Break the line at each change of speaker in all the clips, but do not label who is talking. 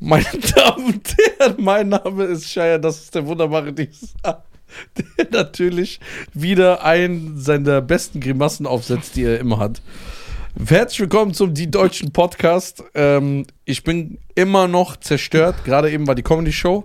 Meine Damen und Herren, mein Name ist Shaya, das ist der wunderbare Dieser, der natürlich wieder einen seiner besten Grimassen aufsetzt, die er immer hat. Herzlich willkommen zum Die Deutschen Podcast. Ähm, ich bin immer noch zerstört, gerade eben war die Comedy Show.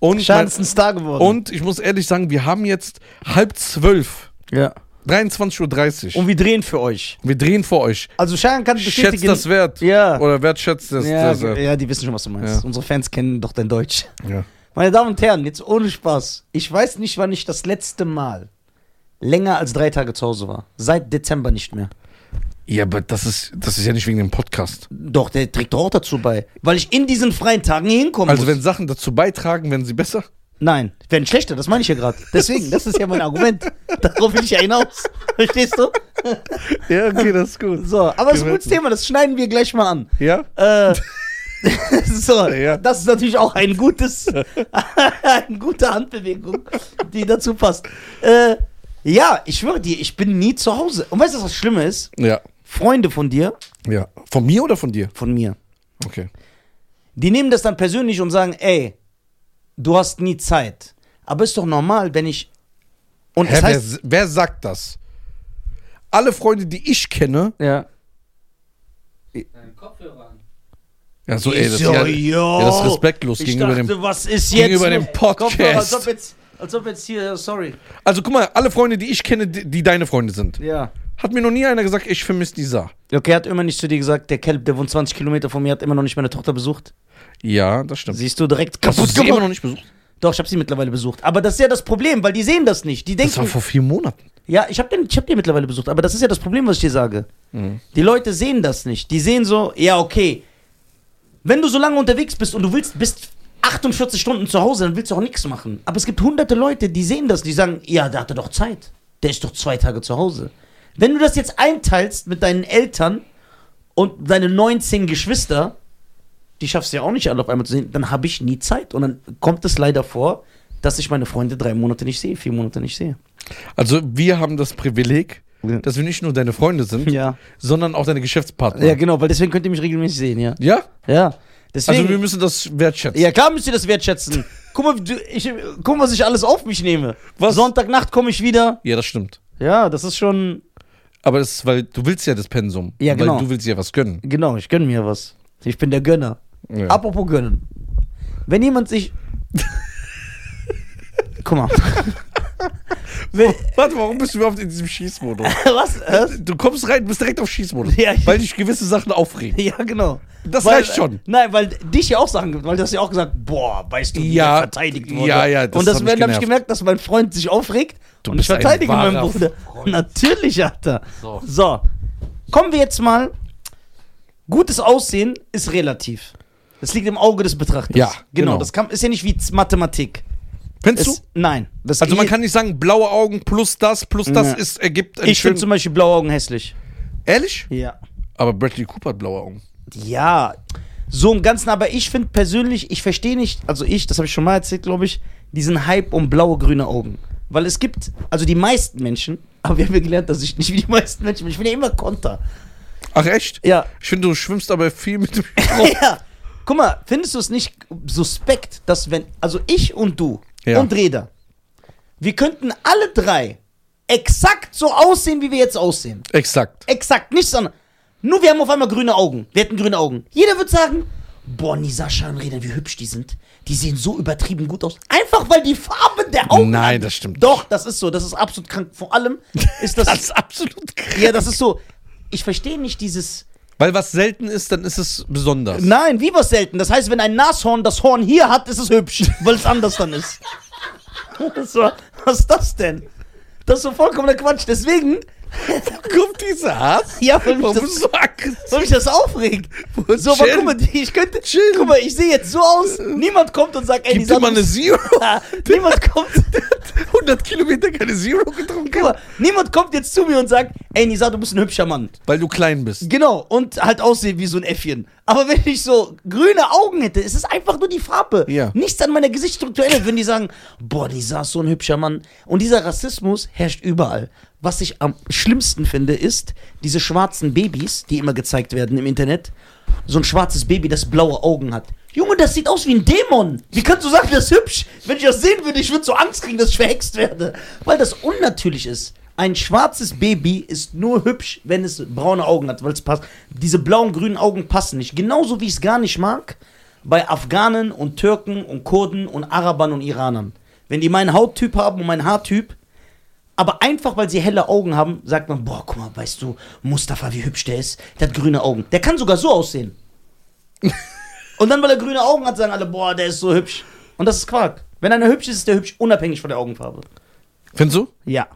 Und,
Schein ist ein Star geworden.
und ich muss ehrlich sagen, wir haben jetzt halb zwölf,
ja.
23.30 Uhr.
Und wir drehen für euch.
Wir drehen vor euch.
Also Schein kann bestätigen.
Schätzt das wert.
Ja.
Oder wertschätzt das.
ja,
das wert.
ja, die wissen schon, was du meinst.
Ja.
Unsere Fans kennen doch dein Deutsch.
Ja.
Meine Damen und Herren, jetzt ohne Spaß. Ich weiß nicht, wann ich das letzte Mal länger als drei Tage zu Hause war. Seit Dezember nicht mehr.
Ja, aber das ist, das ist ja nicht wegen dem Podcast.
Doch, der trägt doch auch dazu bei. Weil ich in diesen freien Tagen hier hinkomme.
Also wenn Sachen dazu beitragen, werden sie besser.
Nein, werden schlechter, das meine ich ja gerade. Deswegen, das ist ja mein Argument. Darauf will ich ja hinaus. Verstehst du?
Ja, okay, das ist gut.
So, aber das ist ein gutes
Gewaltig.
Thema, das schneiden wir gleich mal an.
Ja?
Äh, so,
Ja.
das ist natürlich auch ein gutes, eine gute Handbewegung, die dazu passt. Äh, ja, ich schwöre dir, ich bin nie zu Hause. Und weißt du, was das Schlimme ist?
Ja.
Freunde von dir,
Ja. Von mir oder von dir?
von mir,
Okay.
die nehmen das dann persönlich und sagen, ey, du hast nie Zeit. Aber ist doch normal, wenn ich. Und
Hä,
das heißt.
wer, wer sagt das? Alle Freunde, die ich kenne.
Ja.
Deinen Kopfhörer an.
Ja, so,
Ey,
ey, das ist
so,
ja,
yo.
ja, das ist respektlos
ich
gegenüber
dachte,
dem.
was ist jetzt
gegenüber dem
mit- Kopfhörer,
Podcast.
Als ob jetzt, als ob jetzt hier, sorry.
Also guck mal, alle Freunde, die ich kenne, die, die deine Freunde sind.
Ja.
Hat mir noch nie einer gesagt, ich vermisse die Saar.
Okay, er hat immer nicht zu dir gesagt, der Kelb, der wohnt 20 Kilometer von mir, hat immer noch nicht meine Tochter besucht.
Ja, das stimmt.
Siehst du direkt
Hast du
kaputt
sie immer
gemacht.
noch nicht besucht?
Doch, ich habe sie mittlerweile besucht. Aber das ist ja das Problem, weil die sehen das nicht. Die
Das war
denken,
vor vier Monaten.
ja, ich habe hab die mittlerweile besucht. Aber das ist ja das Problem, was ich dir sage. Die Leute sehen das nicht. Die sehen so, ja, okay. Wenn du so lange unterwegs bist und du willst, bist 48 Stunden zu Hause, dann willst du auch nichts machen. Aber es gibt hunderte Leute, die sehen das, die sagen, ja, der hatte doch Zeit. Der ist doch zwei Tage zu Hause. Wenn du das jetzt einteilst mit deinen Eltern und deine 19 Geschwister, die schaffst du ja auch nicht alle auf einmal zu sehen, dann habe ich nie Zeit. Und dann kommt es leider vor, dass ich meine Freunde drei Monate nicht sehe, vier Monate nicht sehe.
Also wir haben das Privileg,
Ja.
dass wir nicht nur deine Freunde sind,
Ja.
sondern auch deine Geschäftspartner.
Ja, genau, weil deswegen könnt ihr mich regelmäßig sehen, ja.
ja?
Ja.
Also wir
Deswegen,
müssen das wertschätzen.
ja, klar müsst ihr das wertschätzen. Guck mal, du, ich, guck mal, was ich alles auf mich nehme.
Was?
Sonntagnacht komme ich wieder.
ja das stimmt.
Ja, das ist schon.
Aber das ist, weil du willst ja das Pensum.
Ja, genau.
Weil du willst ja was gönnen.
Genau, ich gönne mir was. Ich bin der Gönner.
Ja.
Apropos gönnen. Wenn jemand sich. Guck mal. Wenn,
Warte, warum bist du überhaupt in diesem Schießmodus?
was? Äh?
Du kommst rein, bist direkt auf Schießmodus.
Ja, ich-
weil dich gewisse Sachen aufregen.
Ja, genau.
Das
weil,
reicht schon.
Nein, weil dich ja auch Sachen gibt, weil du hast ja auch gesagt, boah, weißt du, wie
Ja,
der verteidigt wurde.
ja, ja, das
das Und das
hat mich
habe ich
genervt.
gemerkt, dass mein Freund sich aufregt
Du
und ich
bist ein
verteidige
wahrer
meinen Bruder.
Freund.
Natürlich hat er.
So.
So, kommen wir jetzt mal. Gutes Aussehen ist relativ. Das liegt im Auge des Betrachters.
Ja,
genau.
genau.
Das kann, ist ja nicht wie Z- Mathematik.
Findest
Es,
du?
nein. Das
Also man kann nicht sagen, blaue Augen plus das, plus das
Ja.
ist, ergibt einen
ich finde zum Beispiel blaue Augen hässlich.
Ehrlich?
Ja.
Aber Bradley Cooper hat blaue Augen.
Ja, so im Ganzen, aber ich finde persönlich, ich verstehe nicht, also ich, das habe ich schon mal erzählt, glaube ich, diesen Hype um blaue, grüne Augen. Weil es gibt, also die meisten Menschen, aber wir haben ja gelernt, dass ich nicht wie die meisten Menschen bin. Ich bin ja immer Konter.
Ach echt?
Ja.
Ich finde, du schwimmst aber viel mit dem Strom.
ja. Guck mal, findest du es nicht suspekt, dass wenn, also ich und du
Ja.
und Reda, wir könnten alle drei exakt so aussehen, wie wir jetzt aussehen.
Exakt.
Exakt, nichts anderes. Nur wir haben auf einmal grüne Augen. Wir hätten grüne Augen. Jeder wird sagen, boah, Nisa Schanräder, wie hübsch die sind. Die sehen so übertrieben gut aus. Einfach weil die Farbe der Augen.
Nein,
an-
das stimmt
Doch, das ist so. Das ist absolut krank. Vor allem ist das.
Das ist absolut krass.
ja, das ist so. Ich verstehe nicht dieses.
Weil was selten ist, dann ist es besonders.
Nein, wie was selten. Das heißt, wenn ein Nashorn das Horn hier hat, ist es hübsch, weil es anders dann ist. so, was ist das denn? Das ist so vollkommener Quatsch. Deswegen,
Kommt dieser Hass?
ja, weil mich
Warum
das-
bist du so aggressiv?
Soll mich das aufregt?
Wo-
So, aber
chill.
guck mal, die- ich könnte.
Chill.
Guck mal, ich sehe jetzt so aus. Niemand kommt und sagt, ey,
Gib
die
dir mal eine Zero.
Niemand kommt.
100 Kilometer keine Zero getrunken.
Guck mal, niemand kommt jetzt zu mir und sagt, ey, Nisa, du bist ein hübscher Mann.
Weil du klein bist.
Genau, und halt aussehe wie so ein Äffchen. Aber wenn ich so grüne Augen hätte, ist es einfach nur die Farbe.
Ja.
Nichts an meiner Gesichtsstrukturelle, wenn die sagen, boah, Nisa ist so ein hübscher Mann. Und dieser Rassismus herrscht überall. Was ich am schlimmsten finde, ist diese schwarzen Babys, die immer gezeigt werden im Internet. So ein schwarzes Baby, das blaue Augen hat. Junge, das sieht aus wie ein Dämon. Wie kannst du sagen, das ist hübsch? Wenn ich das sehen würde, ich würde so Angst kriegen, dass ich verhext werde. Weil das unnatürlich ist. Ein schwarzes Baby ist nur hübsch, wenn es braune Augen hat, weil es passt. Diese blauen, grünen Augen passen nicht. Genauso wie ich es gar nicht mag bei Afghanen und Türken und Kurden und Arabern und Iranern. Wenn die meinen Hauttyp haben und meinen Haartyp, aber einfach weil sie helle Augen haben, sagt man, boah, guck mal, weißt du, Mustafa, wie hübsch der ist, der hat grüne Augen. Der kann sogar so aussehen. und dann, weil er grüne Augen hat, sagen alle, boah, der ist so hübsch. Und das ist Quark. Wenn einer hübsch ist, ist der hübsch, unabhängig von der Augenfarbe.
Findest du?
Ja.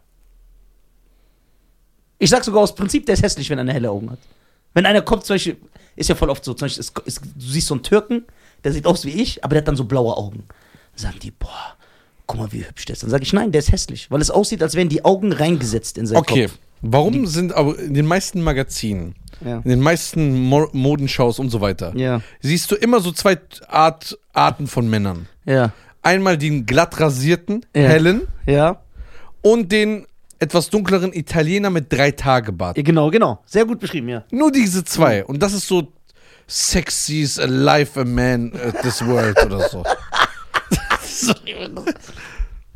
Ich sag sogar aus Prinzip, der ist hässlich, wenn einer helle Augen hat. Wenn einer kommt, zum Beispiel, ist ja voll oft so, zum Beispiel, es- es- du siehst so einen Türken, der sieht aus wie ich, aber der hat dann so blaue Augen. Dann sagen die, boah, guck mal, wie hübsch der ist. Dann sage ich, nein, der ist hässlich, weil es aussieht, als wären die Augen reingesetzt in seinen
Okay.
Kopf.
Warum sind aber in den meisten Magazinen,
Ja.
in den meisten Mo Modenshows und so weiter,
Ja.
siehst du immer so zwei Art, Arten von Männern.
Ja.
Einmal den glatt rasierten,
Ja.
hellen
Ja.
und den etwas dunkleren Italiener mit drei Tage Bart.
ja. Genau, genau. Sehr gut beschrieben, ja.
Nur diese zwei. Und das ist so sexiest alive a man at this world oder so.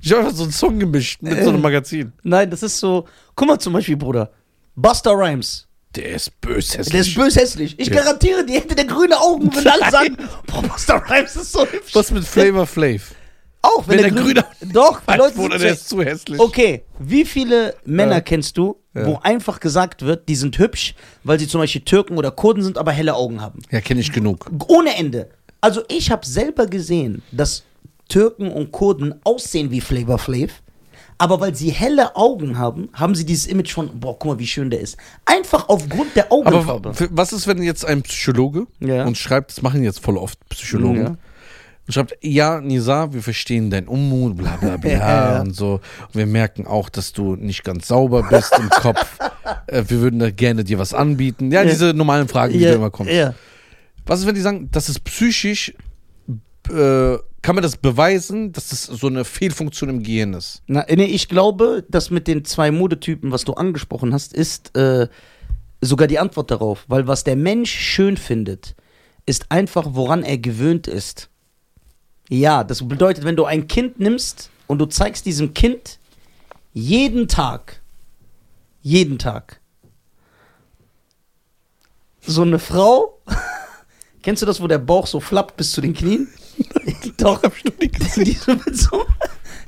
Ich habe einfach so einen Song gemischt mit so einem Magazin.
Nein, das ist so. Guck mal zum Beispiel, Bruder. Buster Rhymes.
Der ist böse.
Der ist bös hässlich. Ich garantiere, die hätte der grüne Augen, wenn alle sagen, boah, Buster Rhymes ist so hübsch.
Was mit Flavor Flav?
Auch
Wenn
wenn, der,
der
grüne.
Grüne-
Doch, die Leute
Bruder,
sind
der
so-
ist zu hässlich.
Okay, wie viele Männer
Ja.
kennst du, wo
Ja.
einfach gesagt wird, die sind hübsch, weil sie zum Beispiel Türken oder Kurden sind, aber helle Augen haben?
Ja, kenne ich genug.
Ohne Ende. Also ich habe selber gesehen, dass Türken und Kurden aussehen wie Flavor Flav, aber weil sie helle Augen haben, haben sie dieses Image von, boah, guck mal, wie schön der ist. Einfach aufgrund der
Aber
Augenfarbe.
w- für- was ist, wenn jetzt ein Psychologe
Ja.
und schreibt, das machen jetzt voll oft Psychologen,
Ja.
und schreibt, ja, Nisa, wir verstehen deinen Unmut, bla bla bla
Ja, ja.
und so. Und wir merken auch, dass du nicht ganz sauber bist im Kopf. Äh, wir würden da gerne dir was anbieten. Ja,
Ja.
diese normalen Fragen, die
Ja,
da immer kommen.
ja.
Was ist, wenn die sagen, das ist psychisch, äh, kann man das beweisen, dass das so eine Fehlfunktion im Gehirn ist?
Na, nee, ich glaube, das mit den zwei Modetypen, was du angesprochen hast, ist äh, sogar die Antwort darauf. Weil was der Mensch schön findet, ist einfach, woran er gewöhnt ist. Ja, das bedeutet, wenn du ein Kind nimmst und du zeigst diesem Kind jeden Tag, jeden Tag, so eine Frau, kennst du das, wo der Bauch so flappt bis zu den Knien? Doch, hab ich noch nie gesehen. Die, so mit so,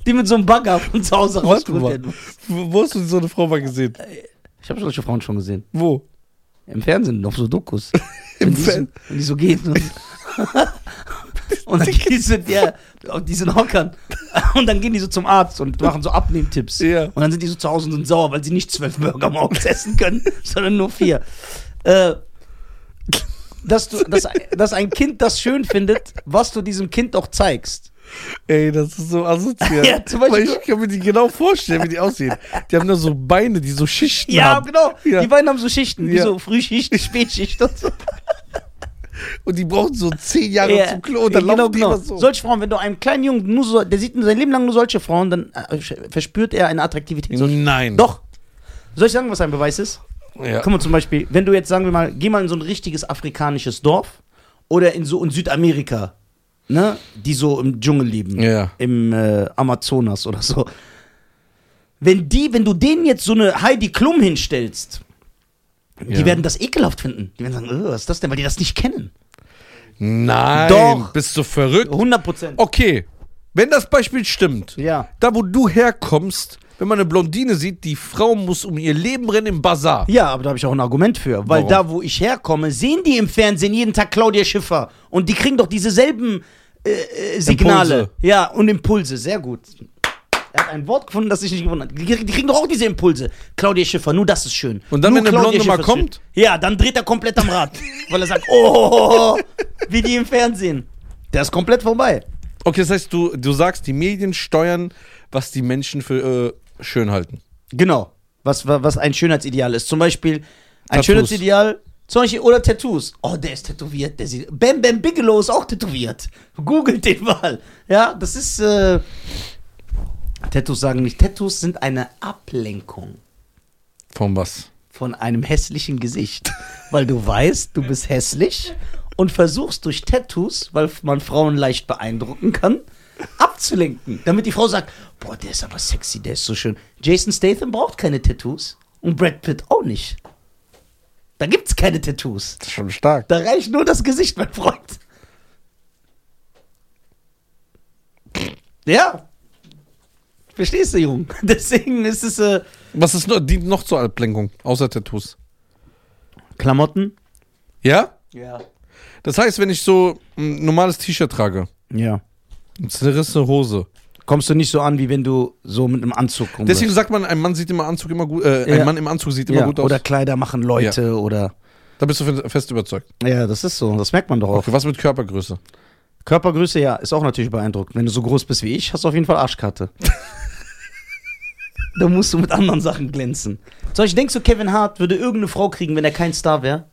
die mit so einem Bagger von zu Hause rausgeholt werden. muss.
Wo wo hast du so eine Frau mal gesehen?
Ich habe solche Frauen schon gesehen.
Wo?
Im Fernsehen, auf so Dokus.
Im
Wenn die so-
Fern-
Wenn die so gehen. Und, und dann die sind, ja, auf diesen Hockern. Und dann gehen die so zum Arzt und machen so Abnehmtipps.
Ja.
Und dann sind die so zu Hause und sind sauer, weil sie nicht zwölf Burger morgens essen können, sondern nur vier. Äh, dass, du, dass, dass ein Kind das schön findet, was du diesem Kind auch zeigst.
Ey, das ist so asozial.
Ja, zum Beispiel-
Weil ich kann mir die genau vorstellen, wie die aussehen. Die haben da so Beine, die so Schichten
Ja,
haben.
genau.
Ja.
Die beiden haben so Schichten, wie
Ja.
so Frühschicht, Spätschicht und so.
Und die brauchen so zehn Jahre
Ja,
zum Klo und dann
genau,
laufen die
genau.
immer so.
Solche Frauen, wenn du einem kleinen Jungen nur so, der sieht sein Leben lang nur solche Frauen, dann äh, verspürt er eine Attraktivität.
So, Nein.
Doch. Soll ich sagen, was ein Beweis ist?
Ja.
Guck mal zum Beispiel, wenn du jetzt sagen wir mal, geh mal in so ein richtiges afrikanisches Dorf oder in so in Südamerika, ne, die so im Dschungel leben,
Ja.
im äh, Amazonas oder so. Wenn die, wenn du denen jetzt so eine Heidi Klum hinstellst, die
Ja.
werden das ekelhaft finden. Die werden sagen, "Äh, was ist das denn, weil die das nicht kennen.
Nein.
Doch.
Bist du verrückt?
100 Prozent.
Okay. Wenn das Beispiel stimmt,
Ja.
da wo du herkommst, wenn man eine Blondine sieht, die Frau muss um ihr Leben rennen im Bazar.
Ja, aber da habe ich auch ein Argument für. Weil
Warum?
da, wo ich herkomme, sehen die im Fernsehen jeden Tag Claudia Schiffer. Und die kriegen doch dieselben äh, äh, Signale.
Impulse.
Ja, und Impulse. Sehr gut. Er hat ein Wort gefunden, das ich nicht gefunden habe. Die, die kriegen doch auch diese Impulse. Claudia Schiffer, nur das ist schön.
Und dann,
nur
wenn eine
Claudia
Blonde mal
Schiffer ist
kommt?
Schön. Ja, dann dreht er komplett am Rad. weil er sagt, oh, wie die im Fernsehen. Der ist komplett vorbei.
Okay, das heißt, du, du sagst, die Medien steuern, was die Menschen für äh, schön halten.
Genau. Was, wa- was ein Schönheitsideal ist. Zum Beispiel ein
Tattoos.
Schönheitsideal. Zum Beispiel, oder Tattoos. Oh, der ist tätowiert. Der sieht, Bam Bam Bigelow ist auch tätowiert. Googelt den mal. Ja, das ist. Äh, Tattoos sagen nicht. Tattoos sind eine Ablenkung.
Von was?
Von einem hässlichen Gesicht. Weil du weißt, du bist hässlich und versuchst durch Tattoos, weil man Frauen leicht beeindrucken kann, abzulenken. Damit die Frau sagt, boah, der ist aber sexy, der ist so schön. Jason Statham braucht keine Tattoos und Brad Pitt auch nicht. Da gibt's keine Tattoos.
Das ist schon stark.
Da reicht nur das Gesicht, mein Freund. Ja. Verstehst du, Jung? Deswegen ist es äh,
Was ist noch, dient noch zur Ablenkung, außer Tattoos?
Klamotten.
Ja?
Ja.
Das heißt, wenn ich so ein normales T-Shirt trage,
Ja.
eine zerrissene Hose.
Kommst du nicht so an, wie wenn du so mit einem Anzug kommst.
Deswegen sagt man, ein Mann sieht immer Anzug immer gut, äh,
Ja.
ein Mann im Anzug sieht immer
ja.
gut aus.
Oder Kleider machen Leute oder.
da bist du fe- fest überzeugt.
Ja, das ist so. Das merkt man doch auch.
Okay, was mit Körpergröße?
Körpergröße, ja, ist auch natürlich beeindruckend. Wenn du so groß bist wie ich, hast du auf jeden Fall Arschkarte. da musst du mit anderen Sachen glänzen. Zum Beispiel, denkst du, Kevin Hart würde irgendeine Frau kriegen, wenn er kein Star wäre?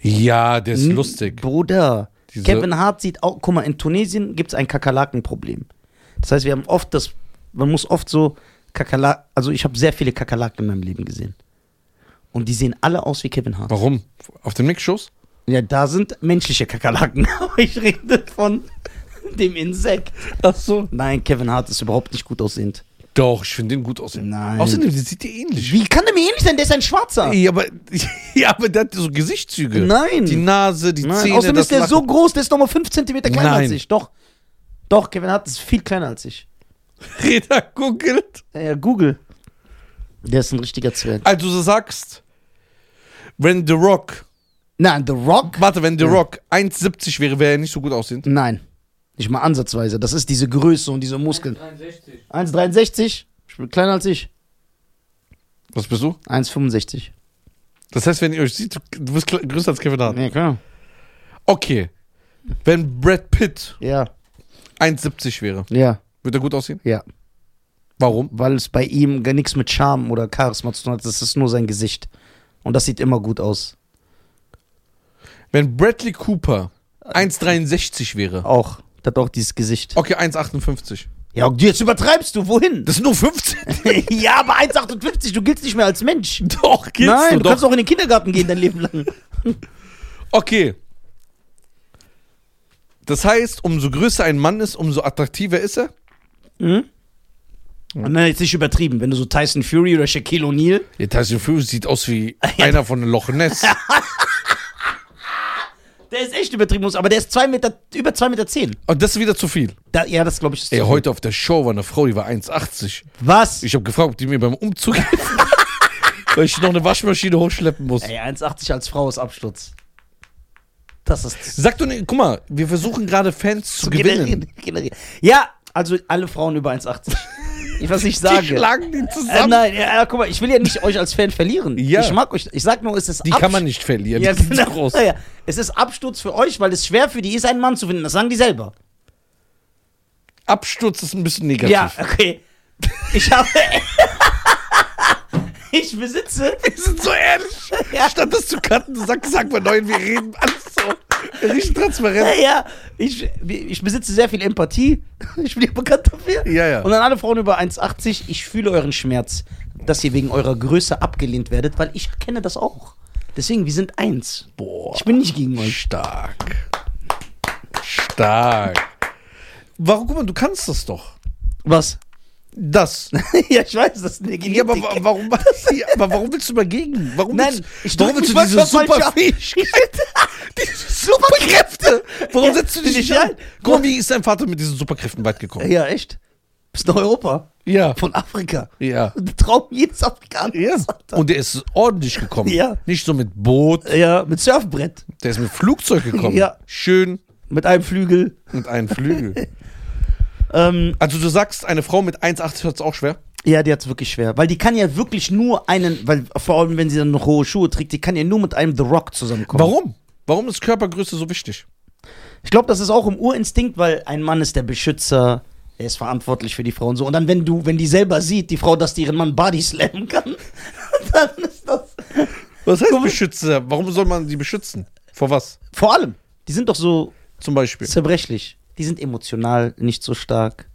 Ja, der ist
N-
lustig.
Hm? Bruder,
Diese-
Kevin Hart sieht auch, guck mal, in Tunesien gibt es ein Kakerlakenproblem. Das heißt, wir haben oft das, man muss oft so Kakerlaken, also ich habe sehr viele Kakerlaken in meinem Leben gesehen. Und die sehen alle aus wie Kevin Hart.
Warum? Auf den Mixschuss?
Ja, da sind menschliche Kakerlaken, aber ich rede von dem Insekt.
Ach so.
Nein, Kevin Hart ist überhaupt nicht gut aussehend.
Doch, ich finde den gut aussehen.
Nein.
Außerdem, der sieht dir ähnlich.
Wie kann der mir ähnlich sein? Der ist ein Schwarzer.
Ja, aber, ja, aber der hat so Gesichtszüge.
Nein.
Die Nase, die
Nein,
Zähne.
außerdem
das
ist der
Lachen.
so groß, der ist nochmal 5 cm kleiner als
Nein.
ich. Doch. Doch, Kevin Hart ist viel kleiner als ich.
Reda googelt.
Äh, Google. Der ist ein richtiger Zwerg.
Also du sagst, wenn The Rock,
Nein, The Rock?
warte, wenn The Rock 1,70 wäre, wäre er nicht so gut aussehend.
Nein. Nicht mal ansatzweise. Das ist diese Größe und diese Muskeln.
63.
1,63. Ich bin kleiner als ich.
Was bist du?
1,65.
Das heißt, wenn ihr euch sieht, du bist kle- größer als Kevin Hart.
Ja, klar.
Okay. Wenn Brad Pitt
Ja,
1,70 wäre,
ja,
würde er gut aussehen?
ja.
Warum?
Weil es bei ihm gar nichts mit Charme oder Charisma zu tun hat. Das ist nur sein Gesicht. Und das sieht immer gut aus.
Wenn Bradley Cooper 1,63 wäre.
Auch. Der hat auch dieses Gesicht.
Okay, 1,58.
Ja, jetzt übertreibst du. Wohin?
Das sind nur 15.
ja, aber 1,58. Du giltst nicht mehr als Mensch.
Doch, geht's
Nein,
Nein,
du
doch.
kannst auch in den Kindergarten gehen dein Leben lang.
Okay. Das heißt, umso größer ein Mann ist, umso attraktiver ist er.
Hm? Na, jetzt nicht übertrieben. Wenn du so Tyson Fury oder Shaquille O'Neal.
Ja, Tyson Fury sieht aus wie einer von Loch Ness.
Der ist echt übertrieben, muss, aber der ist zwei Meter, über 2,10 Meter. Zehn.
Und das ist wieder zu viel.
Da, ja, das glaube ich. Ist
Ey,
zu viel.
heute auf der Show war eine Frau, die war 1,80.
Was?
Ich habe gefragt, ob die mir beim Umzug hilft. weil ich noch eine Waschmaschine hochschleppen muss.
Ey, 1,80 als Frau ist Absturz. Das ist.
Sag doch nicht, guck mal, wir versuchen gerade Fans zu gewinnen.
Generieren, generieren. Ja, also alle Frauen über 1,80. Ich was ich
Die
sage.
schlagen die
Äh,
zusammen.
nein, ja, ja, guck mal, ich will ja nicht euch als Fan verlieren.
Ja.
Ich mag euch. Ich sag nur, es ist
die
Abs-
kann man nicht verlieren.
Ja,
die sind
genau.
groß.
Ja, es ist Absturz für euch, weil es schwer für die ist, einen Mann zu finden. Das sagen die selber.
Absturz ist ein bisschen negativ.
Ja, okay. Ich habe. ich besitze.
Wir sind so ehrlich.
Ja.
Statt das zu cutten, sag, sag mal neuen, wir reden alles so. Richtig transparent.
Naja, ich, ich besitze sehr viel Empathie. Ich bin ja bekannt dafür.
Ja, ja.
Und an alle Frauen über 1,80, ich fühle euren Schmerz, dass ihr wegen eurer Größe abgelehnt werdet, weil ich kenne das auch. Deswegen, wir sind eins.
Boah.
Ich bin nicht gegen euch.
Stark. Stark. Warum, guck mal, du kannst das doch.
Was?
Das.
ja, ich weiß, das ist eine
Ja, aber, wa-
Genetik.
warum, ja, aber warum willst du dagegen? Warum
Nein, ich
willst, warum
drück
willst du
mich
diese
manchmal falsch aus.
Superfähigkeit? diese Superkräfte? Warum
Ja,
setzt du dich
bin ich
nicht an?
ein.
Guck mal, wie ist dein Vater mit diesen Superkräften weit gekommen?
Ja, echt. Bist nach Europa.
Ja.
Von Afrika.
Ja.
Traum jedes Afrikaners.
Ja.
Alter.
Und der ist ordentlich gekommen.
Ja.
Nicht so mit Boot,
Ja, mit Surfbrett.
der ist mit Flugzeug gekommen.
Ja.
Schön
Mit einem Flügel.
mit einem Flügel.
Ähm,
Also du sagst, eine Frau mit 1,80 hat es auch schwer?
ja, die hat's wirklich schwer. Weil die kann ja wirklich nur einen, weil vor allem, wenn sie dann noch hohe Schuhe trägt, die kann ja nur mit einem The Rock zusammenkommen.
Warum? Warum ist Körpergröße so wichtig?
Ich glaube, das ist auch im Urinstinkt, weil ein Mann ist der Beschützer, er ist verantwortlich für die Frau und so. Und dann, wenn du, wenn die selber sieht, die Frau, dass die ihren Mann Body slammen kann, dann ist das.
Was heißt Beschützer? Warum soll man sie beschützen? Vor was?
Vor allem, die sind doch so
Zum Beispiel.
zerbrechlich. Die sind emotional nicht so stark.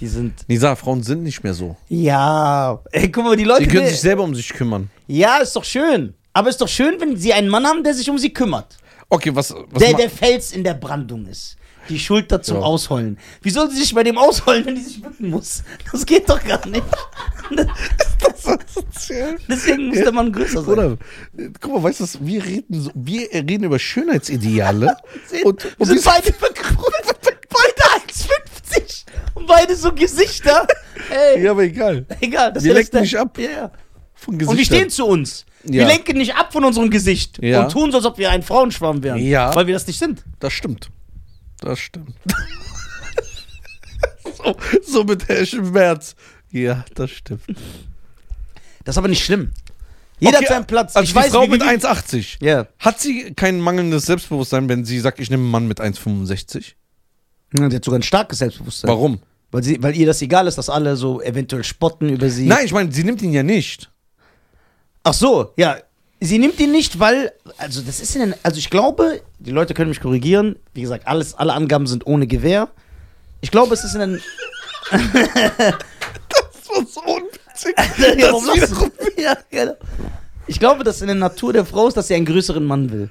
Die sind.
Nisa, Frauen sind nicht mehr so.
Ja. Ey, guck mal, die Leute.
Die können
ne-
sich selber um sich kümmern.
ja, ist doch schön. Aber ist doch schön, wenn sie einen Mann haben, der sich um sie kümmert.
Okay, was. was
Der
ma-
der Fels in der Brandung ist. Die Schulter zum
Ja.
Ausholen. Wie soll sie sich bei dem ausholen, wenn die sich bücken muss? Das geht doch gar nicht. Deswegen muss der Mann größer sein.
Bruder, äh, guck mal, weißt du, was, wir reden, so, wir reden über Schönheitsideale
Sehen,
und,
wir
und
sind
wir-
beide verkrümmt. Beide 1,50 und beide so Gesichter. Ey,
Ja, aber egal.
egal. Das
wir
ist
lenken
der-
nicht ab.
Ja, ja.
Von
Und die stehen
Gesichtern.
zu uns. Wir
Ja.
lenken nicht ab von unserem Gesicht
Ja.
und tun so, als ob wir ein Frauenschwarm wären.
Ja.
Weil wir das nicht sind.
Das stimmt. Das stimmt. so, so mit der Schmerz. Ja, das stimmt.
Das ist aber nicht schlimm. Jeder hat
Okay,
seinen Platz.
Also die Frau
wie-
mit
wie-
1,80.
Ja.
Hat sie kein mangelndes Selbstbewusstsein, wenn sie sagt, ich nehme einen Mann mit 1,65?
Ja, Die hat sogar ein starkes Selbstbewusstsein.
Warum?
Weil, sie, weil ihr das egal ist, dass alle so eventuell spotten über sie.
Nein, ich meine, sie nimmt ihn ja nicht.
Ach so, ja. Sie nimmt ihn nicht, weil, also das ist in den, also ich glaube, die Leute können mich korrigieren. Wie gesagt, alles, alle Angaben sind ohne Gewehr. Ich glaube, es ist in den.
Das war so unwitzig.
Ja, warum lachst du? ja, genau. Ich glaube, dass in der Natur der Frau ist, dass sie einen größeren Mann will.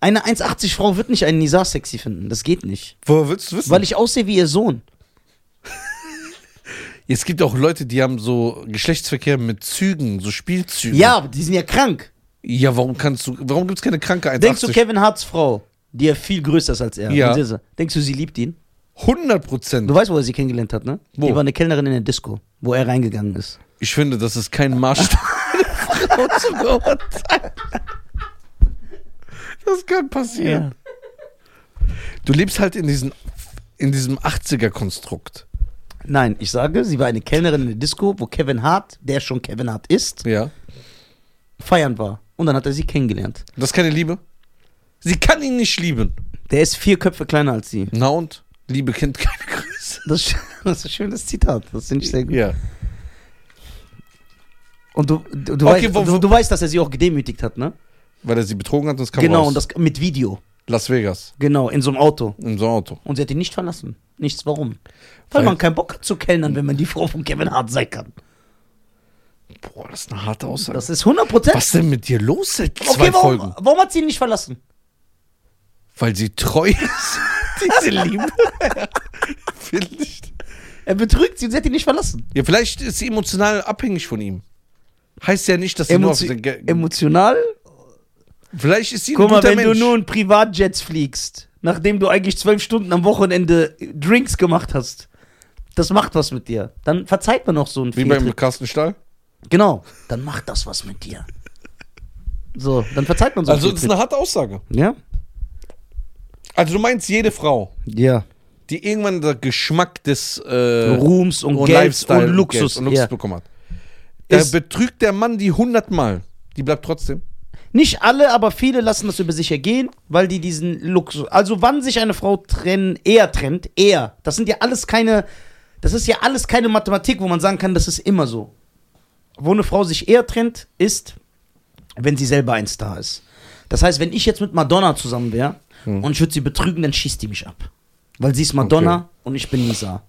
Eine 1,80 Frau wird nicht einen Nizar sexy finden. Das geht nicht.
Woher willst du wissen?
Weil ich aussehe wie ihr Sohn.
es gibt auch Leute, die haben so Geschlechtsverkehr mit Zügen, so Spielzügen.
Ja, aber die sind ja krank.
Ja, warum kannst du, warum gibt es keine kranke 1,80?
Denkst du, Kevin Harts Frau, die ja viel größer ist als er,
Ja.
und sie ist- denkst du, sie liebt ihn?
100 Prozent.
Du weißt, wo er sie kennengelernt hat, ne?
Wo?
Die war eine Kellnerin in der Disco, wo er reingegangen ist.
Ich finde, das ist kein Maßstab. eine Frau zu beurteilen. das kann passieren. Du lebst halt in, diesen, in diesem 80er-Konstrukt.
Nein, ich sage, sie war eine Kellnerin in der Disco, wo Kevin Hart, der schon Kevin Hart ist,
Ja.
feiern war. Und dann hat er sie kennengelernt.
Das ist keine Liebe. Sie kann ihn nicht lieben.
Der ist vier Köpfe kleiner als sie.
Na und? Liebe Kind, keine Grüße.
Das, ist- das ist ein schönes Zitat. Das finde ich sehr gut.
Ja.
Und du, du, du,
Okay,
weißt,
wo- wo-
du, du weißt, dass er sie auch gedemütigt hat, ne?
Weil er sie betrogen hat und es kam
genau,
raus.
und das mit Video.
Las Vegas,
Genau, in so einem Auto.
in so einem Auto.
Und sie hat ihn nicht verlassen. Nichts, warum? Weil
Weil-
man keinen Bock hat zu kellnern, wenn man die Frau von Kevin Hart sein kann.
Boah, das ist eine harte Aussage.
Das ist 100%.
Was denn mit dir los seit zwei
Okay, warum,
Folgen?
warum hat sie ihn nicht verlassen?
Weil sie treu ist. Diese Liebe. Finde ich.
Er betrügt sie und sie hat ihn nicht verlassen.
Ja, vielleicht ist sie emotional abhängig von ihm. Heißt ja nicht, dass sie nur auf
Emotio-
sein Geld.
emotional?
Vielleicht ist sie ein
Guck mal,
guter
wenn
Mensch.
du nun Privatjets fliegst, nachdem du eigentlich zwölf Stunden am Wochenende Drinks gemacht hast, das macht was mit dir. Dann verzeiht man noch so einen
Wie beim Carsten Stahl.
Genau. Dann macht das was mit dir. So, dann verzeiht man so
Also,
einen
das ist eine harte Aussage.
Ja?
Also, du meinst jede Frau,
Ja.
die irgendwann den Geschmack des äh,
Ruhms und, Geld
Lifestyle
und Luxus.
Geld und Luxus
ja.
bekommen hat. Da
Ist-
betrügt der Mann die hundertmal. Die bleibt trotzdem.
Nicht alle, aber viele lassen das über sich ergehen, weil die diesen Luxus. Also wann sich eine Frau trennen, eher trennt, eher. Das sind ja alles keine. Das ist ja alles keine Mathematik, wo man sagen kann, das ist immer so. Wo eine Frau sich eher trennt, ist, wenn sie selber ein Star ist. Das heißt, wenn ich jetzt mit Madonna zusammen wäre
Hm.
und ich würde sie betrügen, dann schießt die mich ab. Weil sie ist Madonna
Okay.
und ich bin Nisa.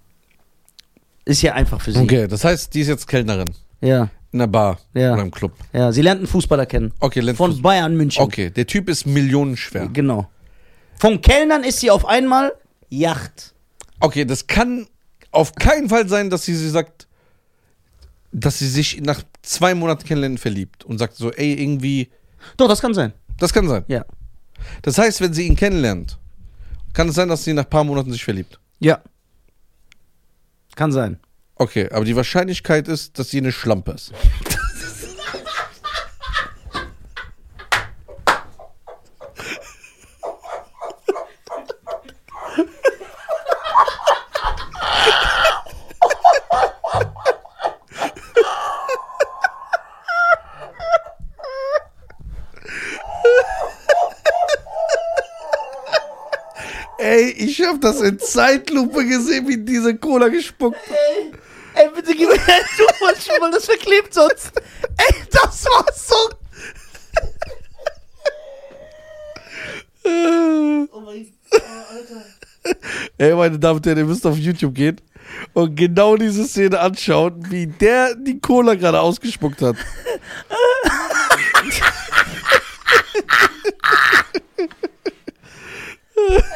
Ist ja einfach für sie.
Okay, das heißt, die ist jetzt Kellnerin
Ja,
in einer Bar
Ja.
oder im Club.
ja. Sie lernt einen Fußballer kennen.
Okay, let's
Von Bayern München.
Okay, der Typ ist millionenschwer.
Genau. Von Kellnern ist sie auf einmal Yacht.
Okay, das kann auf keinen Fall sein, dass sie, sie sagt, dass sie sich nach zwei Monaten kennenlernen verliebt und sagt so, ey, irgendwie,
Doch, das kann sein.
das kann sein.
Ja.
Das heißt, wenn sie ihn kennenlernt, kann es sein, dass sie nach ein paar Monaten sich verliebt.
Ja. Kann sein.
Okay, aber die Wahrscheinlichkeit ist, dass sie eine Schlampe ist. Ey, ich hab das in Zeitlupe gesehen, wie diese Cola gespuckt
Ey, ey bitte gib mir du mal schon mal das verklebt sonst. Ey, das war so. Oh
Ey, meine Damen und Herren, ihr müsst auf YouTube gehen und genau diese Szene anschauen, wie der die Cola gerade ausgespuckt hat.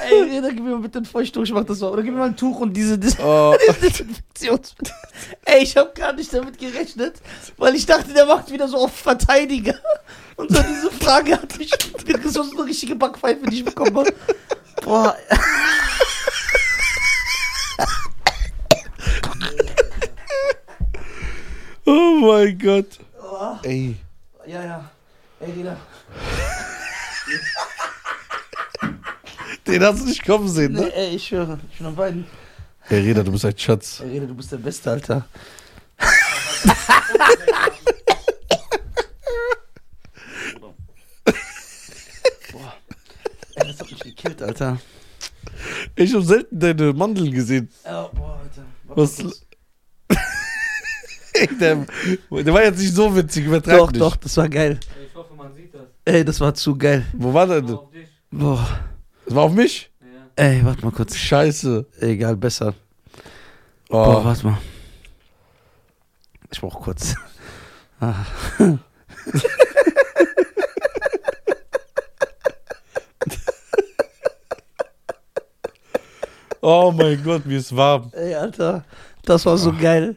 Ey, Reda, gib mir mal bitte ein Feuchttuch, ich mach das mal. Oder gib mir mal ein Tuch und diese Dis
Oh.
Desinfektions... Ey, ich hab gar nicht damit gerechnet, weil ich dachte, der macht wieder so auf Verteidiger. Und so diese Frage hat mich... Das war so eine richtige Backpfeife, die ich bekommen habe. Boah.
Oh mein Gott.
Oh.
Ey.
Ja, ja. Ey, Reda.
Den hast du nicht kommen sehen,
Nee,
ne?
ey, ich schwöre, ich bin am beiden.
Hey Reda, du bist ein Schatz.
Ey, Reda, du bist der Beste, Alter. Boah. Ey, das hat mich gekillt, Alter.
Ich habe selten deine Mandeln gesehen.
Ja, boah, Alter. Warte
Was?
kurz.
Ey, der, der war jetzt nicht so witzig, übertreib
Doch,
nicht.
doch, das war geil.
Ich hoffe, man sieht das.
Ey, das war zu geil.
Wo war der
Nur
denn?
auf dich.
Boah.
Das war auf mich?
Ja.
Ey, warte mal kurz.
Scheiße.
Egal, besser. Boah,
Oh.
warte mal. Ich brauch kurz. Ah.
oh mein Gott, mir ist warm.
Ey, Alter, das war so geil.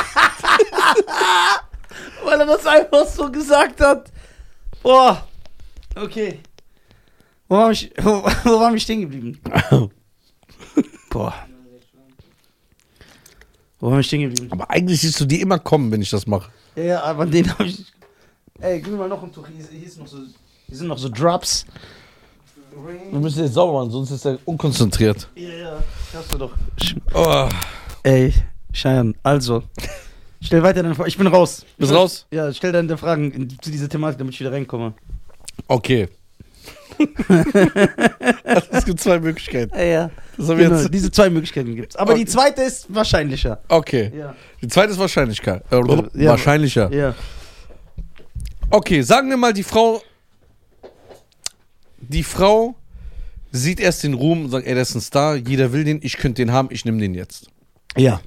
Weil er das einfach so gesagt hat. Boah. Okay. Wo war ich, wo, wo war ich stehen geblieben? Boah. Wo war ich stehen geblieben?
Aber eigentlich siehst du die immer kommen, wenn ich das mache.
Ja, Ja, aber den hab ich. Ey, gib mir mal noch ein Tuch. Hier, ist- hier, ist noch so, hier sind noch so Drops.
Wir müssen jetzt sauber machen, sonst ist er unkonzentriert.
Ja, ja, hast du doch.
Oh.
Ey, Cheyenne, also. Stell weiter deine Frage. Ich bin raus.
Bist raus?
Ja, stell deine Fragen in- zu dieser Thematik, damit ich wieder reinkomme.
Okay. es gibt zwei Möglichkeiten.
Ja, ja.
Das haben wir
Genau,
jetzt.
diese zwei Möglichkeiten gibt's. Aber die
Okay.
zweite ist wahrscheinlicher.
Okay.
Ja.
Die zweite ist Wahrscheinlichkeit. Äh,
Ja.
Wahrscheinlicher.
Ja.
Okay, sagen wir mal, die Frau. Die Frau sieht erst den Ruhm und sagt, ey, der ist ein Star, jeder will den, ich könnte den haben, ich nehme den jetzt.
Ja.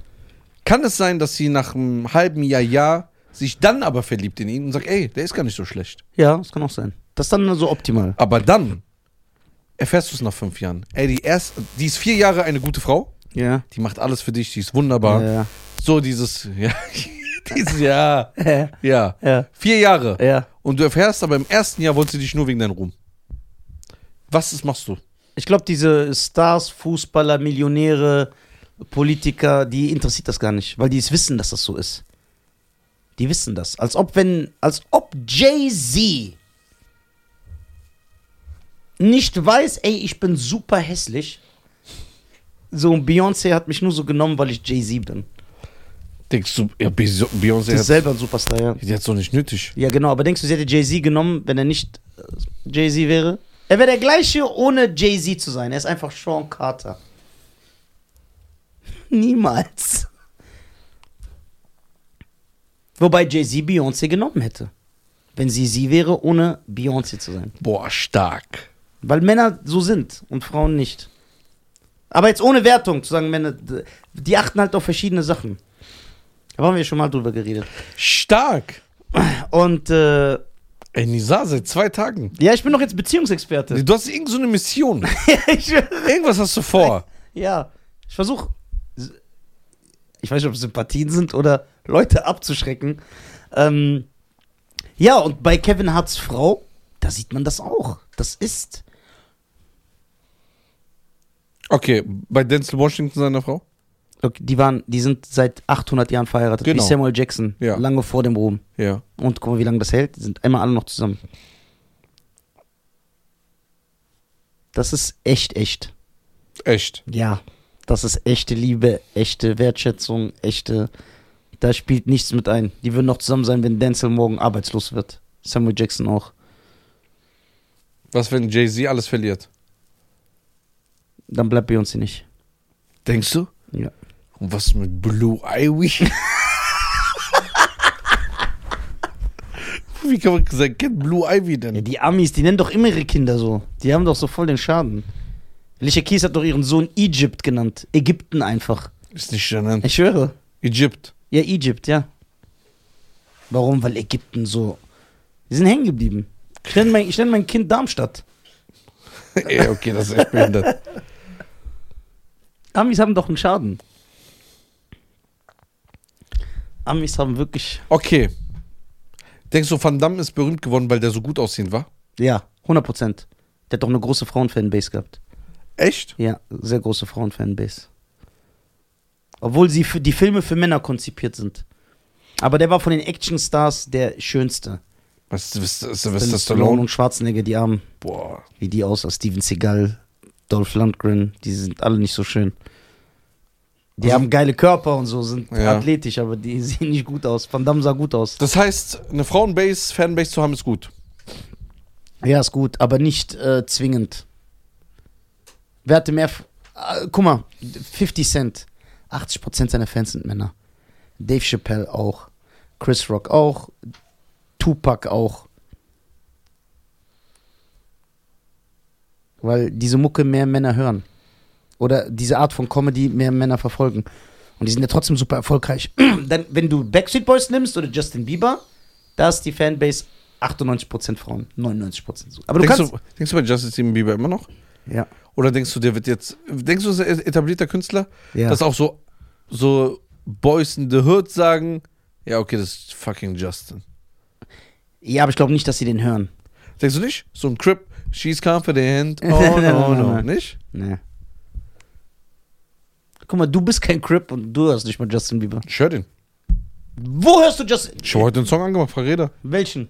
Kann es sein, dass sie nach einem halben Jahr, Jahr sich dann aber verliebt in ihn und sagt, ey, der ist gar nicht so schlecht.
Ja, das kann auch sein. Das ist dann so optimal.
Aber dann erfährst du es nach fünf Jahren. Ey, die, erst, die ist vier Jahre eine gute Frau.
Ja.
Die macht alles für dich, die ist wunderbar.
Ja.
So dieses, ja, dieses, ja,
Ja.
ja.
Ja.
Vier Jahre.
ja.
Und du erfährst aber im ersten Jahr wollte sie dich nur wegen deinem Ruhm. Was ist, machst du?
Ich glaube, diese Stars, Fußballer, Millionäre, Politiker, die interessiert das gar nicht, weil die es wissen, dass das so ist. Die wissen das. Als ob, wenn, als ob Jay-Z nicht weiß, ey, ich bin super hässlich. So, und Beyoncé hat mich nur so genommen, weil ich Jay-Z bin.
Denkst du, ja,
Sie
Beyoncé
ist selber ein Superstar, ja.
die hat's doch nicht nötig.
Ja, genau, aber denkst du, sie hätte Jay-Z genommen, wenn er nicht äh, Jay-Z wäre? Er wäre der gleiche, ohne Jay-Z zu sein. Er ist einfach Sean Carter. Niemals. Wobei Jay-Z Beyoncé genommen hätte. Wenn sie sie wäre, ohne Beyoncé zu sein.
Boah, stark.
Weil Männer so sind und Frauen nicht. Aber jetzt ohne Wertung zu sagen, Männer, d- die achten halt auf verschiedene Sachen. Da haben wir schon mal drüber geredet.
Stark.
Und äh,
Ey, Nisa, seit zwei Tagen.
ja, ich bin doch jetzt Beziehungsexperte.
Du hast irgendeine so eine Mission.
ich,
Irgendwas hast du vor.
ja, ich versuche, ich weiß nicht, ob es Sympathien sind oder Leute abzuschrecken. Ähm, ja, und bei Kevin Harts Frau, da sieht man das auch. Das ist.
Okay, bei Denzel Washington seiner Frau?
Okay, die, waren, die sind seit 800 Jahren verheiratet,
Genau.
wie Samuel Jackson,
Ja.
lange vor dem Ruhm.
Ja.
Und guck mal, wie lange das hält. Die sind einmal alle noch zusammen. Das ist echt, echt.
Echt.
Ja, das ist echte Liebe, echte Wertschätzung, echte. Da spielt nichts mit ein. Die würden noch zusammen sein, wenn Denzel morgen arbeitslos wird. Samuel Jackson auch.
Was, wenn Jay-Z alles verliert?
Dann bleibt Beyoncé nicht.
Denkst du?
Ja.
Und was mit Blue Ivy? Wie kann man sein Kind Blue Ivy
ja.
denn?
Die Amis, die nennen doch immer ihre Kinder so. Die haben doch so voll den Schaden. Alicia Keys hat doch ihren Sohn Egypt genannt. Ägypten einfach.
Ist nicht genannt.
Ich schwöre.
Ägypt.
Ja, Egypt, ja. Warum? Weil Ägypten so. Die sind hängen geblieben. Ich nenne mein, ich nenne mein Kind Darmstadt.
Ey, okay, das ist echt behindert.
Amis haben doch einen Schaden. Amis haben wirklich.
Okay. Denkst du, Van Damme ist berühmt geworden, weil der so gut aussehen war?
Ja, 100 Prozent. Der hat doch eine große Frauenfanbase gehabt.
Echt?
Ja, sehr große Frauenfanbase. Obwohl sie für die Filme für Männer konzipiert sind. Aber der war von den Actionstars der schönste.
Was ist
Sylvester
Sylvester Stallone?
und Schwarzenegger, die Armen,
Boah.
wie die aussah. Steven Seagal, Dolph Lundgren, die sind alle nicht so schön. Die
Also-
haben geile Körper und so, sind
Ja.
athletisch, aber die sehen nicht gut aus. Van Damme sah gut aus.
Das heißt, eine Frauenbase, Fanbase zu haben, ist gut.
Ja, ist gut, aber nicht äh, zwingend. Wer hatte mehr. F äh, guck mal, 50 Cent. 80% seiner Fans sind Männer. Dave Chappelle auch. Chris Rock auch. Tupac auch. Weil diese Mucke mehr Männer hören. Oder diese Art von Comedy mehr Männer verfolgen. Und die sind ja trotzdem super erfolgreich. Dann, wenn du Backstreet Boys nimmst oder Justin Bieber, da ist die Fanbase 98% Frauen, 99% so. Aber du
denkst,
kannst.
du, denkst du bei Justin Bieber immer noch?
ja.
Oder denkst du, der wird jetzt. Denkst du, ist er etablierter Künstler?
ja.
Dass auch so, so Boys in the Hood sagen: Ja, okay, das ist fucking Justin.
Ja, aber ich glaube nicht, dass sie den hören.
Denkst du nicht? So ein Crip, she's confident. Oh no, no,
Nein.
nicht?
Nee. Guck mal, du bist kein Crip und du hörst nicht mal Justin Bieber.
Ich hör den.
Wo hörst du Justin?
Ich habe heute einen Song angemacht, Frau Reda.
Welchen?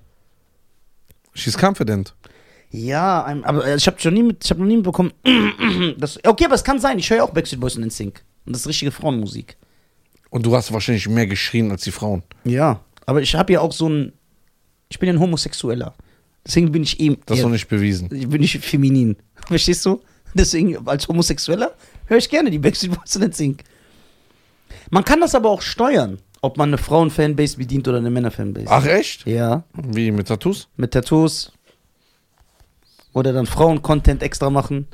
She's confident.
Ja, ein- aber äh, ich habe noch nie mit, ich hab noch nie mitbekommen. Das, okay, aber es kann sein. Ich höre ja auch Backstreet Boys und NSYNC. Und das ist richtige Frauenmusik.
Und du hast wahrscheinlich mehr geschrien als die Frauen.
Ja. Aber ich habe ja auch so ein. Ich bin ja ein Homosexueller. Deswegen bin ich eben.
Das ist
eher-
noch nicht bewiesen.
Ich bin nicht feminin. Verstehst du? Deswegen, als Homosexueller, höre ich gerne die Backstreet Boys und NSYNC. Man kann das aber auch steuern, ob man eine Frauen-Fanbase bedient oder eine Männer-Fanbase.
Ach, echt?
Ja,
Wie mit Tattoos?
mit Tattoos. Oder dann Frauen-Content extra machen.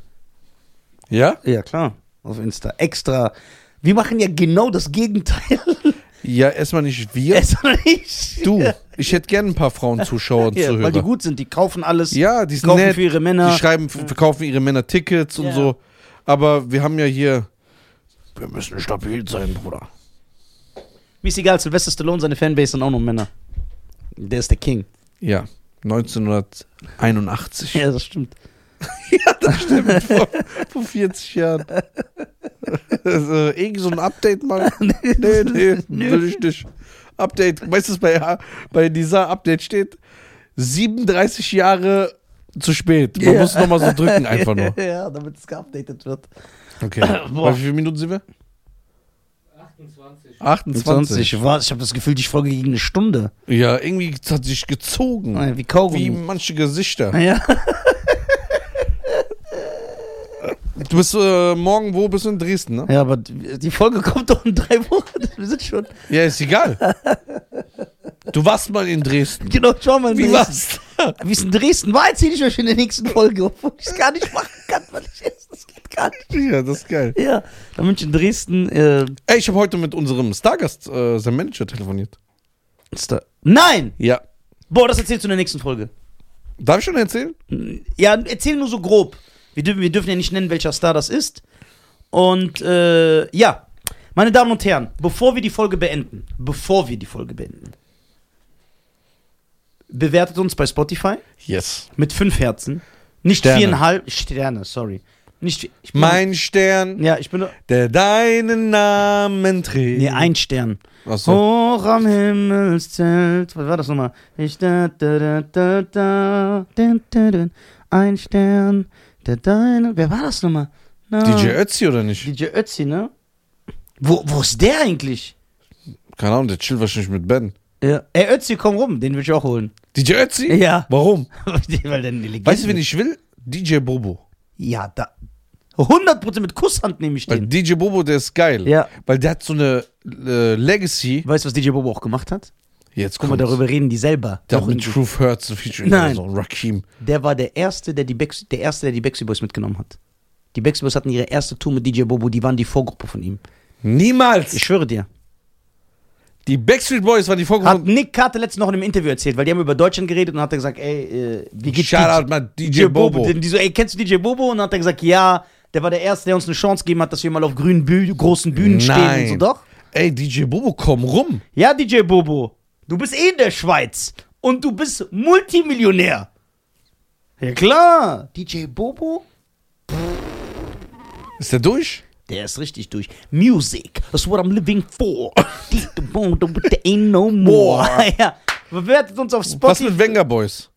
Ja?
Ja, klar. Auf Insta. Extra. Wir machen ja genau das Gegenteil. Also
Ja, erstmal nicht wir.
Besser nicht.
du. um Ich hätte gerne ein paar Frauen-Zuschauer und
Ja, weil die
Zuhörer.
gut sind. Die kaufen alles.
ja, die
die
sind
kaufen
nett.
für ihre
Die
Männer.
schreiben, f- verkaufen ihre Männer Tickets und
Ja.
so. Aber wir haben ja hier. Wir müssen stabil sein, Bruder.
Mir ist egal, Sylvester Stallone, seine Fanbase sind auch noch Männer. Der ist der King.
Ja, 1981.
Ja, das stimmt.
vor, vor 40 Jahren. Also, irgend so ein Update mal. Nee, nee, will ich nicht. Update, weißt du, was bei, bei dieser Update steht? 37 Jahre zu spät. Man
Ja.
muss nochmal so drücken, einfach nur.
ja, damit es geupdatet wird.
Okay.
Boah.
Bei wie vielen Minuten sind wir?
28.
28.
Was? Ich habe das Gefühl, die Folge ging eine Stunde.
Ja, irgendwie hat sich gezogen.
Wie
Wie
Kaugummi.
manche Gesichter.
Ja.
Du bist äh, morgen wo? Bist du in Dresden, ne?
ja, aber die Folge kommt doch in drei Wochen. Wir sind schon.
Ja, ist egal. Du warst mal in Dresden.
Genau, schau mal. in
Wie
Dresden.
war's?
Wie ist in Dresden? War erzähle ich euch in der nächsten Folge, obwohl ich es gar nicht machen kann, weil ich es. Das geht gar nicht.
Ja, das ist geil.
Ja, dann bin ich in Dresden. Äh,
Ey, ich habe heute mit unserem Stargast, äh, seinem Manager, telefoniert.
ist da- Nein!
Ja.
Boah, das erzählst du in der nächsten Folge.
Darf ich schon erzählen?
Ja, erzähl nur so grob. Wir dürfen, wir dürfen ja nicht nennen, welcher Star das ist. Und äh, ja, meine Damen und Herren, bevor wir die Folge beenden, bevor wir die Folge beenden, bewertet uns bei Spotify
Yes.
mit fünf Herzen. Nicht
Sterne.
viereinhalb Sterne, sorry. Nicht, vi- ich bin,
Mein Stern,
Ja, ich bin.
der deinen Namen trägt.
Nee, ein Oh. Stern.
Achso.
Hoch am Himmelszelt. Was war das nochmal? Ich da, da, da, da, da, din, din, din. Ein Stern, der deine. Wer war das nochmal? Na,
DJ Ötzi oder nicht?
DJ Ötzi, ne? Wo, wo ist der eigentlich?
Keine Ahnung, der chillt wahrscheinlich mit Ben.
Ja. Ey, Ötzi, komm rum, den will ich auch holen.
DJ Ötzi?
Ja.
Warum?
Weil der eine Legende
Weißt du, wen
ist.
ich will? DJ Bobo.
Ja, da. 100% mit Kusshand nehme ich
Weil
den.
DJ Bobo, der ist geil.
Ja.
Weil der hat so eine äh, Legacy.
Weißt du, was DJ Bobo auch gemacht hat?
Jetzt
Guck mal,
kommt
darüber reden die selber.
Der
Doch,
hat mit
irgendwie.
True Hurts ein Feature.
Nein.
So ein Also Rakim.
der war der Erste, der die Backstreet, der Erste, der die Backstreet Boys mitgenommen hat. Die Backstreet Boys hatten ihre erste Tour mit DJ Bobo, die waren die Vorgruppe von ihm. Ich
Niemals!
schwöre dir.
Die Backstreet Boys waren die
Hat
Vorgruppe.
Nick Carter letztens noch in einem Interview erzählt, weil die haben über Deutschland geredet und hat er gesagt, ey, äh, wie geht's
Shoutout mal DJ Bobo.
Die so, ey, kennst du DJ Bobo? Und dann hat er gesagt, ja, der war der Erste, der uns eine Chance gegeben hat, dass wir mal auf grünen Büh großen Bühnen stehen. Und so,
Nein.
doch?
Ey, DJ Bobo, komm rum.
Ja, DJ Bobo, du bist eh in der Schweiz und du bist Multimillionär. Ja klar, DJ Bobo,
Ist der durch?
der ist richtig durch. Music, that's what I'm living for. There ain't no more. ja. Bewertet uns auf
Was
Spotify.
mit Venga Boys?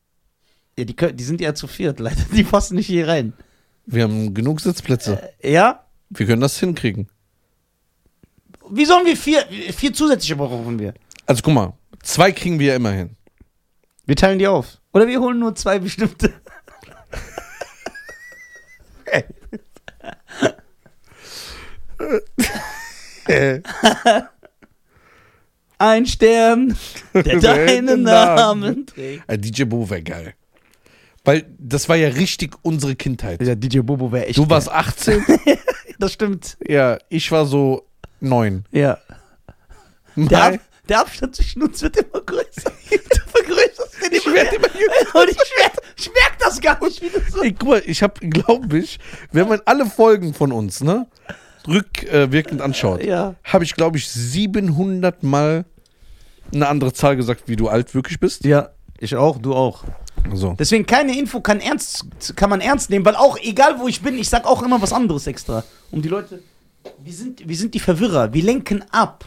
Ja, die, können, die sind ja zu viert, leider. Die passen nicht hier rein.
Wir haben genug Sitzplätze.
Äh. Ja?
Wir können das hinkriegen.
Wie sollen wir vier, vier zusätzliche brauchen wir?
Also guck mal, zwei kriegen wir ja immer hin.
Wir teilen die auf. Oder wir holen nur zwei bestimmte. Ein Stern, der deinen Namen trägt.
Äh, DJ Bobo wäre geil. Weil das war ja richtig unsere Kindheit.
Ja, DJ Bobo wäre echt.
Du warst 18,
Das stimmt.
ja, ich war so 9.
Ja. Der, Ab
Mai,
der Abstand zwischen uns wird immer größer. Du vergrößerst den
ich werde immer jünger.
Und ich merke ich merk das gar nicht, wie das so.
Ey, guck mal, ich habe, glaube ich, wenn man alle Folgen von uns, ne, rückwirkend anschaut,
Ja.
habe ich, glaube ich, 700 Mal eine andere Zahl gesagt, wie du alt wirklich bist.
Ja, ich auch, du auch.
So.
Deswegen keine Info kann, ernst, kann man ernst nehmen, weil auch egal wo ich bin, ich sag auch immer was anderes extra. Um die Leute. Wir sind, wir sind die Verwirrer, wir lenken ab.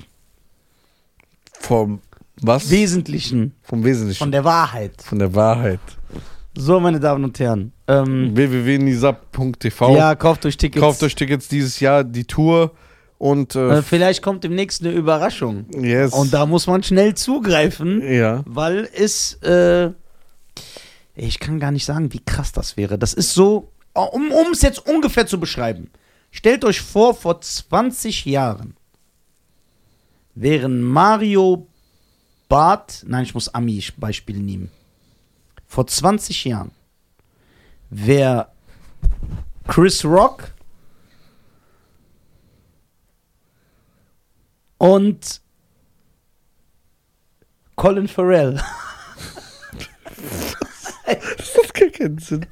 Vom was?
Wesentlichen
Vom Wesentlichen.
von der Wahrheit.
Von der Wahrheit.
So, meine Damen und Herren. Ähm,
www.nisab.tv.
ja, kauft euch Tickets.
Kauft euch Tickets dieses Jahr, die Tour und äh,
äh, vielleicht kommt demnächst eine Überraschung.
yes.
Und da muss man schnell zugreifen,
ja.
weil es. Äh, ich kann gar nicht sagen, wie krass das wäre. Das ist so, um um es jetzt ungefähr zu beschreiben. Stellt euch vor, vor 20 Jahren wären Mario Barth, nein, ich muss Ami-Beispiel nehmen. Vor 20 Jahren wäre Chris Rock und Colin Farrell.
Das hat gar keinen Sinn.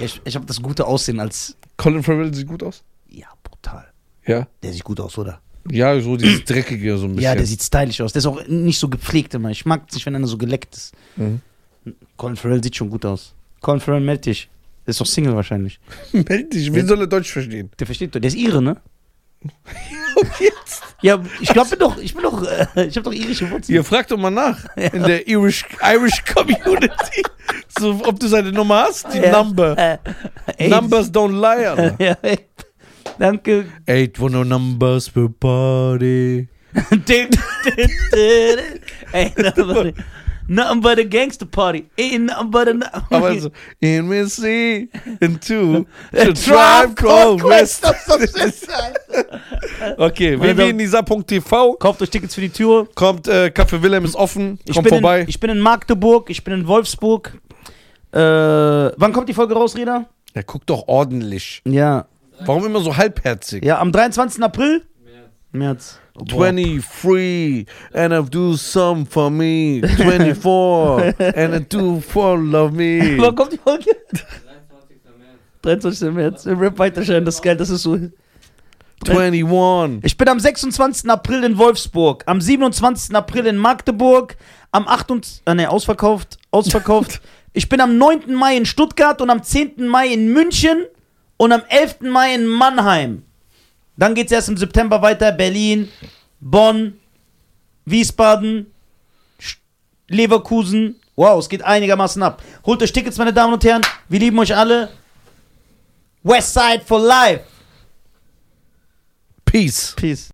Ich, ich habe das gute Aussehen als.
Colin Farrell sieht gut aus.
Ja, brutal.
Ja.
Der sieht gut aus, oder?
Ja, so dieses Dreckige so ein bisschen.
Ja, der sieht stylisch aus. Der ist auch nicht so gepflegt immer. Ich mag es nicht, wenn einer so geleckt ist.
Mhm.
Colin Farrell sieht schon gut aus. Colin Farrell meld dich. Der ist doch Single wahrscheinlich.
Meld dich, wie soll er Deutsch verstehen?
Der versteht doch. Der ist Ire, ne?
Und jetzt?
Ja, ich glaube, bin doch, ich bin doch, äh, ich habe doch irische Wurzeln.
Ihr fragt doch mal nach in der Irish, Irish Community, so, ob du seine Nummer hast, die
Ja.
Number.
Äh, ey,
Numbers don't lie, Alter.
Ja, ey. Danke.
Eight one oh numbers per party.
Ding, ding, ding. Ey, nothing but a- nothing but a gangster party. Ain't nothing but a.
Aber so, in we see into the
A
tribe called West.
Das ist das Beste.
Okay,
Meine Damen-
www.nisa.tv.
Kauft euch Tickets für die Tour.
Kommt, äh, Café Wilhelm ist offen.
Ich
Kommt
bin
vorbei.
In, ich bin in Magdeburg, ich bin in Wolfsburg. Äh, wann kommt die Folge raus, Reda?
ja, guck doch ordentlich.
Ja.
Warum immer so halbherzig?
Ja, am 23. April? März.
März.
23 and I've do some for me. 24 and I do for love me.
Wann kommt die Folge?
23. März.
23. März. Im Rap weiterscheinen, das ist geil, das ist so.
21.
Ich bin am 26. April in Wolfsburg, am 27. April in Magdeburg, am 8. Ah, ne, ausverkauft, ausverkauft. Ich bin am 9. Mai in Stuttgart und am 10. Mai in München und am 11. Mai in Mannheim. Dann geht's erst im September weiter, Berlin, Bonn, Wiesbaden, Sch- Leverkusen. Wow, es geht einigermaßen ab. Holt euch Tickets, meine Damen und Herren. Wir lieben euch alle. Westside for life.
Peace.
Peace.